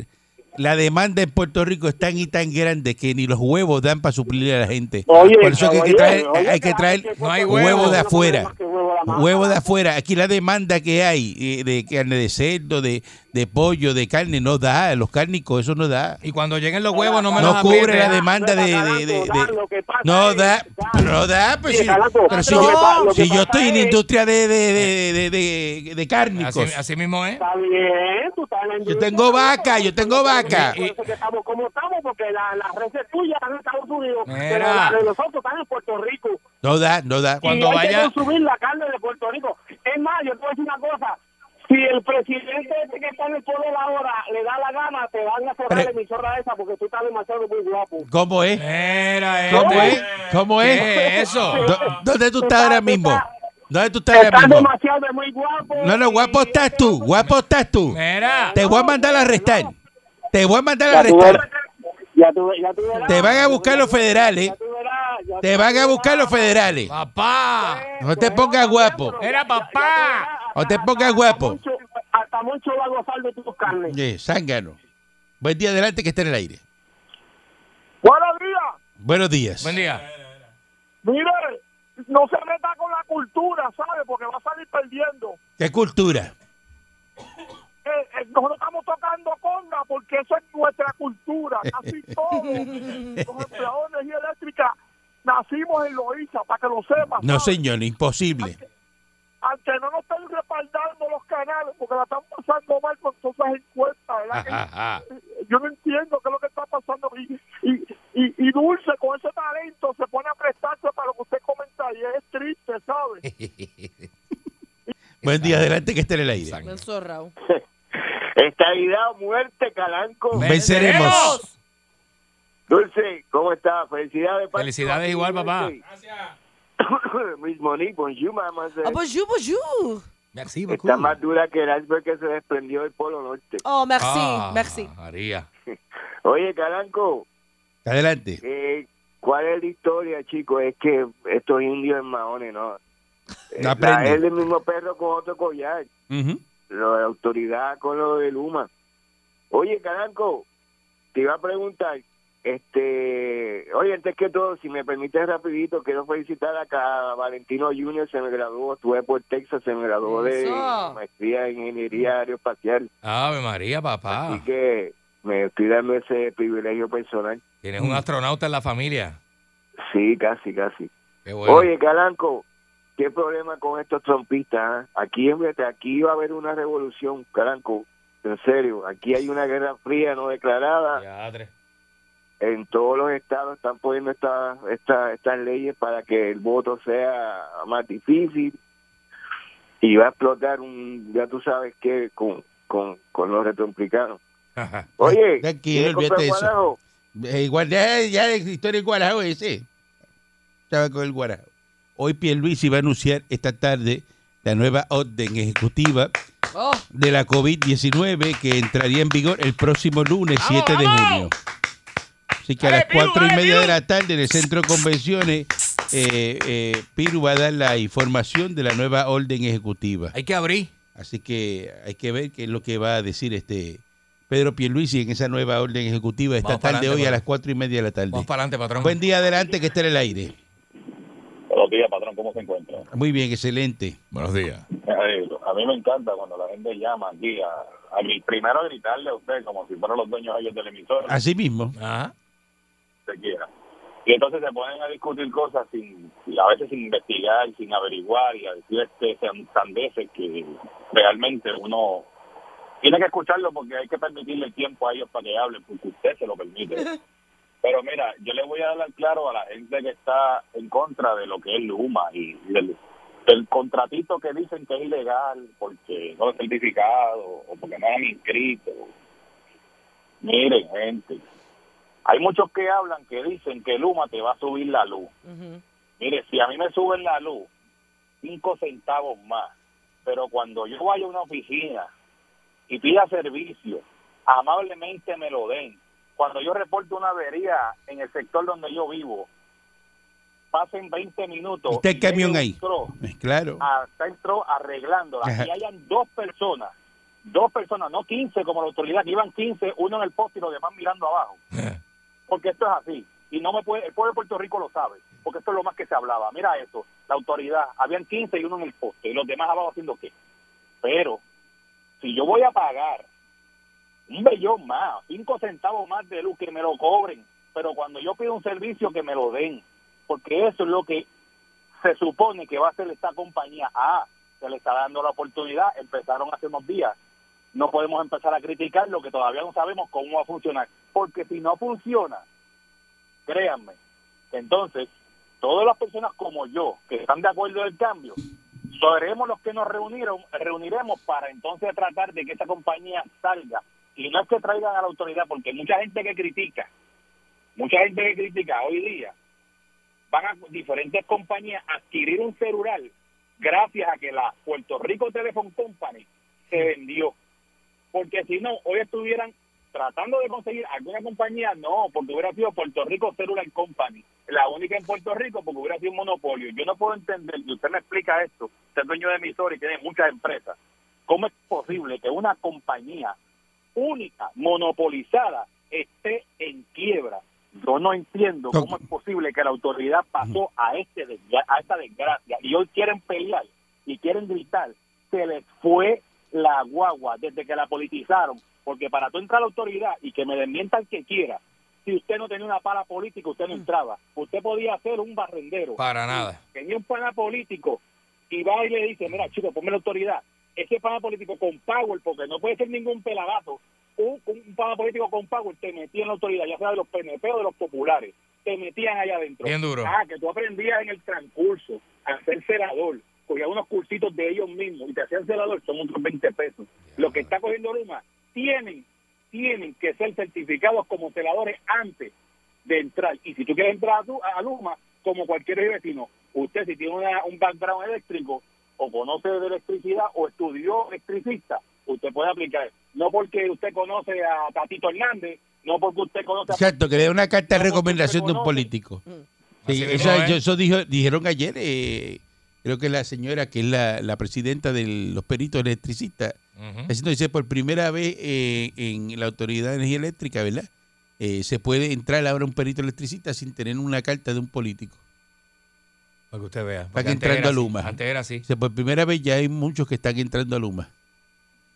la demanda en Puerto Rico es tan y tan grande que ni los huevos dan para suplir a la gente.
Oye,
Por eso que hay
caballero,
que traer,
oye,
hay que traer
claro,
no hay
Puerto Rico
huevo
de
no come
afuera.
más que huevo de la mata.
huevos de afuera. Aquí la demanda que hay eh, de carne de cerdo, de, de pollo, de carne, no da. Los cárnicos, eso no da.
Y cuando lleguen los huevos, no me los
No cubre la
aprieten.
demanda de... de- de- de-
Lo que pasa
no
es-
da, pero no da. Pues si,
Caraco,
pero si
lo que pa-
yo,
lo que
si yo
pasa
estoy en
es-
industria de, de, de, de, de- de
Así,
cárnicos.
así mismo es.
Está bien, tú estás en la industria,
tengo
pero
vaca, yo tengo
por eso
vaca.
que estamos como estamos, porque la- las redes tuyas están en Estados Unidos,
Mira.
pero las de nosotros están en Puerto Rico.
No da, no da.
Cuando
y hay
vaya-
que consumir la carne de Puerto Rico. Es más, yo te voy a decir una cosa. Si el presidente ese que está en el poder ahora le da la gana, te van a cerrar
Pre-
la emisora esa porque tú estás demasiado muy guapo.
¿Cómo es?
Era,
¿Cómo
este.
es? ¿Cómo es?
¿Qué es eso?
¿Dó- ¿Dónde tú estás ahora mismo? ¿Dónde tú estás ahora
Estás
mismo?
demasiado muy guapo.
No, no, guapo estás tú, guapo estás tú.
Mira.
Te voy a mandar a arrestar. Te voy a mandar a
Ya tú verás,
arrestar.
ya tú, ya tú verás.
Te van a buscar los federales.
Ya tú verás, ya
Te
tú
van a
verás.
buscar los federales.
Papá.
No te pongas guapo.
Era papá.
No te pongas guapo.
Moncho- hasta mucho va a gozar de tus carnes.
Sí, zángano. Buen día adelante que esté en el aire.
Buenos días.
Buenos días.
Buen día.
Mire, no se meta con la cultura, ¿sabe? Porque va a salir perdiendo.
¿Qué cultura?
Eh, eh, nosotros estamos tocando conga porque eso es nuestra cultura. Casi todos los empleados de energía eléctrica nacimos en Loiza, para que lo sepas.
No,
¿sabe?
señor, imposible.
Al que no nos estén respaldando los canales porque la están pasando mal con todas esas encuestas, ¿verdad? Que- yo no entiendo qué es lo que está pasando. Y, y, y, y Dulce, con ese talento, se pone a prestarse para lo que usted comenta y es triste, ¿sabe?
Buen día adelante que esté en el aire.
Exacto.
Me han zorrado.
Esta idea muerte, Calanco.
Venceremos.
Dulce, ¿cómo estás? Felicidades, Paco.
Felicidades igual, papá.
Miss Monique, bonjour, mamá.
Ah, bonjour, bonjour.
Merci beaucoup.
Está más dura que el iceberg que se desprendió del Polo Norte.
Oh, merci,
Ah,
merci.
María.
Oye, Calanco,
Adelante.
eh, ¿cuál es la historia, chicos? Es que estos indios en Mahones, ¿no? Eh,
No aprenden.
Es el mismo perro con otro collar.
Ujú.
Lo de autoridad con lo de Luma. Oye, Calanco, te iba a preguntar, este, oye, antes que todo, si me permites rapidito, quiero felicitar a, ca- a Valentino Junior, se me graduó, estuve por Texas, se me graduó de
Eso.
maestría en ingeniería aeroespacial.
Ave María, papá.
Así que me estoy dando ese privilegio personal.
Tienes un astronauta en la familia.
Sí, casi, casi.
Qué bueno.
Oye, Calanco, ¿qué problema con estos trompistas? ah? Aquí, fíjate, aquí va a haber una revolución, Calanco. En serio, aquí hay una guerra fría no declarada.
Diadre.
En todos los estados están poniendo esta- esta- estas leyes para que el voto sea más difícil. Y va a explotar un, ya tú sabes qué, con, con, con los retromplicanos. Oye,
Tranquilo,
¿quieres comprar
olvídate de eso.
guanajo?
Eh, igual, ya, ya la historia del Guarajao ese. Estaba con el Guarajao. Hoy Pierluisi va a anunciar esta tarde la nueva orden ejecutiva
Oh,
de la COVID-19 que entraría en vigor el próximo lunes 7 de junio. Así que a las 4 y media de la tarde en el Centro de Convenciones, eh, eh, Piru va a dar la información de la nueva orden ejecutiva.
Hay que abrir.
Así que hay que ver qué es lo que va a decir este Pedro Pierluisi en esa nueva orden ejecutiva esta
Vamos para
tarde,
adelante,
hoy
Pedro.
a las 4 y media de la tarde.
Vamos para adelante, patrón.
Buen día adelante que esté en el aire.
Buenos días, patrón, ¿cómo se encuentra?
Muy bien, excelente.
Buenos días.
Me alegro. A mí me encanta cuando la gente llama aquí a, a mí, primero a gritarle a usted como si fueran los dueños ellos del emisor,
Así mismo.
Ajá.
se quiera. Y entonces se ponen a discutir cosas sin, a veces sin investigar, sin averiguar y a decir este san- sandeces que realmente uno tiene que escucharlo porque hay que permitirle tiempo a ellos para que hablen, porque usted se lo permite. Pero mira, yo le voy a dar al claro a la gente que está en contra de lo que es Luma y del, del contratito que dicen que es ilegal porque no es certificado o porque no han inscrito. Miren, gente, hay muchos que hablan que dicen que Luma te va a subir la luz.
ujú.
Mire, si a mí me suben la luz, cinco centavos más, pero cuando yo vaya a una oficina y pida servicio, amablemente me lo den. Cuando yo reporto una avería en el sector donde yo vivo, pasen 20 minutos.
Está el
y llegue
camión
un
ahí.
tro-
Eh, Claro.
a centro arreglándola.
Ajá.
Y hayan dos personas, dos personas, no 15 como la autoridad, que iban 15, uno en el poste y los demás mirando abajo. Porque esto es así. Y no me puede, el pueblo de Puerto Rico lo sabe, porque esto es lo más que se hablaba. Mira eso, la autoridad, habían 15 y uno en el poste, y los demás abajo haciendo qué. Pero, si yo voy a pagar un bellón más, cinco centavos más de luz, que me lo cobren, pero cuando yo pido un servicio, que me lo den, porque eso es lo que se supone que va a hacer esta compañía. Ah, se le está dando la oportunidad, empezaron hace unos días. No podemos empezar a criticar lo que todavía no sabemos cómo va a funcionar, porque si no funciona, créanme, entonces todas las personas como yo que están de acuerdo del cambio seremos los que nos reunieron, reuniremos para entonces tratar de que esa compañía salga. Y no es que traigan a la autoridad, porque mucha gente que critica, mucha gente que critica hoy día, van a diferentes compañías a adquirir un celular gracias a que la Puerto Rico Telephone Company se vendió. Porque si no, hoy estuvieran tratando de conseguir alguna compañía, no, porque hubiera sido Puerto Rico Cellular Company, la única en Puerto Rico, porque hubiera sido un monopolio. Yo no puedo entender, y usted me explica esto, usted es dueño de emisora y tiene muchas empresas, ¿cómo es posible que una compañía única, monopolizada, esté en quiebra? Yo no entiendo cómo es posible que la autoridad pasó a, este desgra- a esta desgracia y hoy quieren pelear y quieren gritar. Se les fue la guagua desde que la politizaron. Porque para tú entrar a la autoridad y que me desmienta el que quiera, si usted no tenía una pala política, usted no entraba. Usted podía ser un barrendero.
Para nada.
Tenía un pana político y va y le dice, mira, chico, ponme la autoridad. Ese pana político con Power, porque no puede ser ningún pelagato, un, un pana político con Power te metía en la autoridad, ya sea de los PNP o de los populares, te metían allá adentro.
Bien duro.
Ah, que tú aprendías en el transcurso a ser celador, cogías unos cursitos de ellos mismos y te hacían celador, son unos 20 pesos. Lo que está cogiendo Luma, tienen, tienen que ser certificados como celadores antes de entrar. Y si tú quieres entrar a, tu, a Luma, como cualquier vecino, usted si tiene una- un background eléctrico o conoce de electricidad o estudió electricista, usted puede aplicar. No porque usted conoce a Tatito Hernández, no porque usted conoce a...
Exacto, que le dé una carta de recomendación de un político. Sí,
Así
eso,
mismo, ¿eh?
yo- eso dijo- dijeron ayer, eh, creo que la señora que es la, la presidenta de los peritos electricistas,
Ujú.
haciendo dice, por primera vez eh, en la Autoridad de Energía Eléctrica, ¿verdad? Eh, se puede entrar ahora un perito electricista sin tener una carta de un político.
Para que usted vea.
Están
Porque antes
entrando
era
a
así,
Luma.
Antes era así.
O sea, por primera vez ya hay muchos que están entrando a Luma.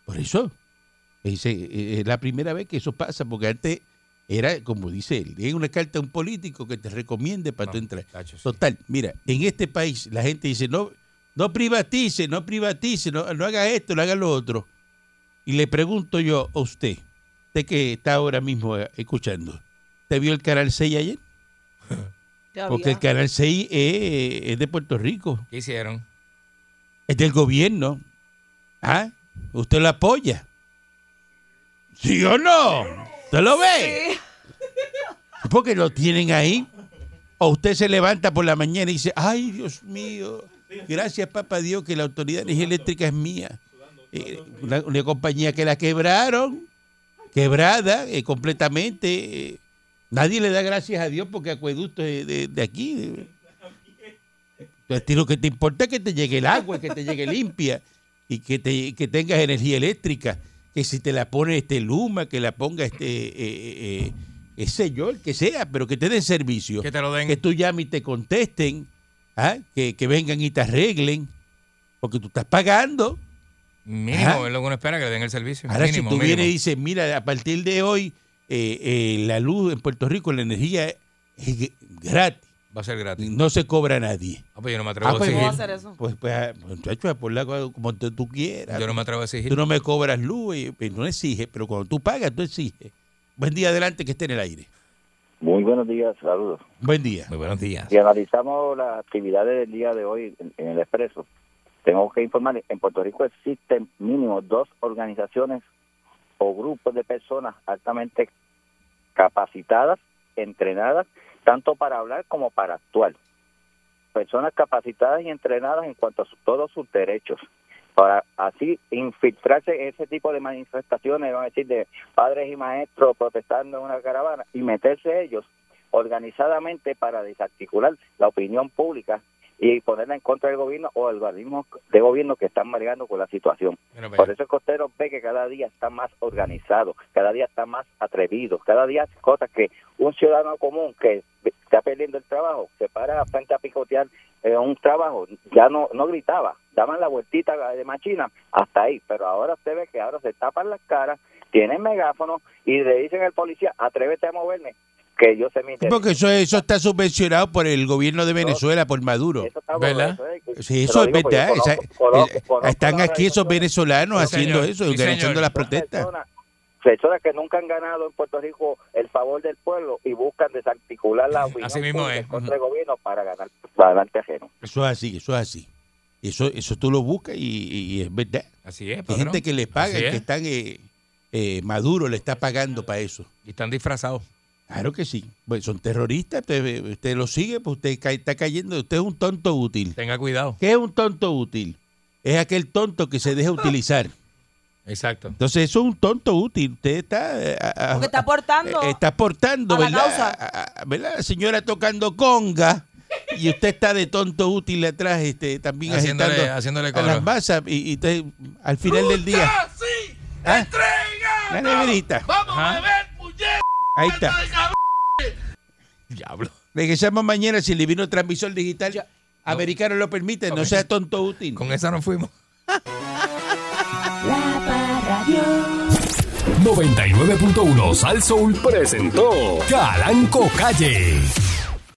Por eso. Dice, eh, es la primera vez que eso pasa, porque antes era, como dice él, es una carta a un político que te recomiende para tú entrar. Total, mira, en este país la gente dice, no, no privatice, no privatice, no, no haga esto, no haga lo otro. Y le pregunto yo a usted, usted que está ahora mismo eh, escuchando, ¿te vio el Canal 6 ayer? Porque el Canal 6 es, es de Puerto Rico
¿Qué hicieron?
es del gobierno. ¿Ah? ¿Usted lo apoya? ¿Sí o no? ¿Usted lo ve? Porque lo tienen ahí. O usted se levanta por la mañana y dice, ay Dios mío, gracias papá Dios que la Autoridad de Energía Eléctrica es mía. Eh, una, una compañía que la quebraron, quebrada eh, completamente. eh, nadie le da gracias a Dios porque acueducto de, de- de aquí. de- a ti lo que te importa es que te llegue el agua, que te llegue limpia y que, te, que tengas energía eléctrica. Que si te la pone este Luma, que la ponga este, eh, eh, eh, ese yo, el que sea, pero que te den servicio.
Que te lo den.
Que tú llames y te contesten, ¿ah? que, que vengan y te arreglen, porque tú estás pagando.
Mínimo,
Ajá.
es lo que uno espera que le den el servicio.
Ahora,
mínimo,
si tú vienes y
mínimo.
dices, mira, a partir de hoy, eh, eh, la luz en Puerto Rico, la energía es- es gratis,
Va a ser gratis.
no se cobra a nadie.
Ah, pues yo no me atrevo
Ah,
a
pues,
exigir.
bien. Pues, pues, ah, muchacho, por la cosa como tú, tú quieras.
Yo no me atrevo a exigir.
Tú no me cobras luz, y, y no exiges, pero cuando tú pagas, tú exiges. Buen día, adelante, que esté en el aire.
Muy buenos días, saludos.
Buen día.
Muy buenos días.
Si analizamos las actividades del día de hoy en, en el Expreso, tengo que informar, en Puerto Rico existen mínimo dos organizaciones o grupos de personas altamente capacitadas, entrenadas, tanto para hablar como para actuar. Personas capacitadas y entrenadas en cuanto a su- todos sus derechos, para así infiltrarse en ese tipo de manifestaciones, van a decir, de padres y maestros protestando en una caravana y meterse ellos organizadamente para desarticular la opinión pública y ponerla en contra del gobierno o el organismo de gobierno que están mareando con la situación.
Mira para
Por
allá.
eso el costero ve que cada día está más organizado, cada día está más atrevido, cada día hace cosas que un ciudadano común que está perdiendo el trabajo, se para frente a picotear eh, un trabajo, ya no, no gritaba, daban la vueltita de machina hasta ahí, pero ahora usted ve que ahora se tapan las caras, tienen megáfonos y le dicen al policía, atrévete a moverme, que yo sé mi derecho".
Porque eso, eso está subvencionado por el gobierno de Venezuela, por Maduro.
Eso está
¿Verdad?
bueno, Te
Sí, eso es
lo digo porque
verdad.
yo conozco-
esa-
conozco-
eh,
conozco
están
la
aquí esos venezolanos
Sí,
haciendo
señor.
eso,
Sí,
organizando
señor.
las protestas.
personas, personas que nunca han ganado en Puerto Rico el favor del pueblo y buscan desarticular la opinión
Así mismo
pública
es.
contra el gobierno para ganar para ganar ajeno.
Eso es así, eso es así. Eso, eso tú lo buscas y, y- y es verdad.
Así es,
Hay
patrón.
gente que les paga,
Así
que
es.
están eh, eh, Maduro le está pagando para eso.
Y están disfrazados.
Claro que sí. Bueno, son terroristas, usted, usted lo sigue, pues usted cae- está cayendo. Usted es un tonto útil.
Tenga cuidado.
¿Qué es un tonto útil? Es aquel tonto que se deja utilizar.
Exacto.
Entonces, eso es un tonto útil. Usted está. eh, a- a-
Porque está aportando.
eh, está aportando,
a la
¿verdad?
causa.
A- a- ¿verdad? La señora tocando conga y usted está de tonto útil atrás, este, también
Haciéndole-
agitando
haciéndole
a
coro.
las masas y, y usted, al final del día. ¿Ah? La neverita. Ajá. Ahí está.
Diablo.
Regresamos mañana si le vino transmisor digital. Americano lo permite, no sea tonto útil.
Con esa nos fuimos.
La Parradio.
99.1 Sal Soul presentó Calanco Calle.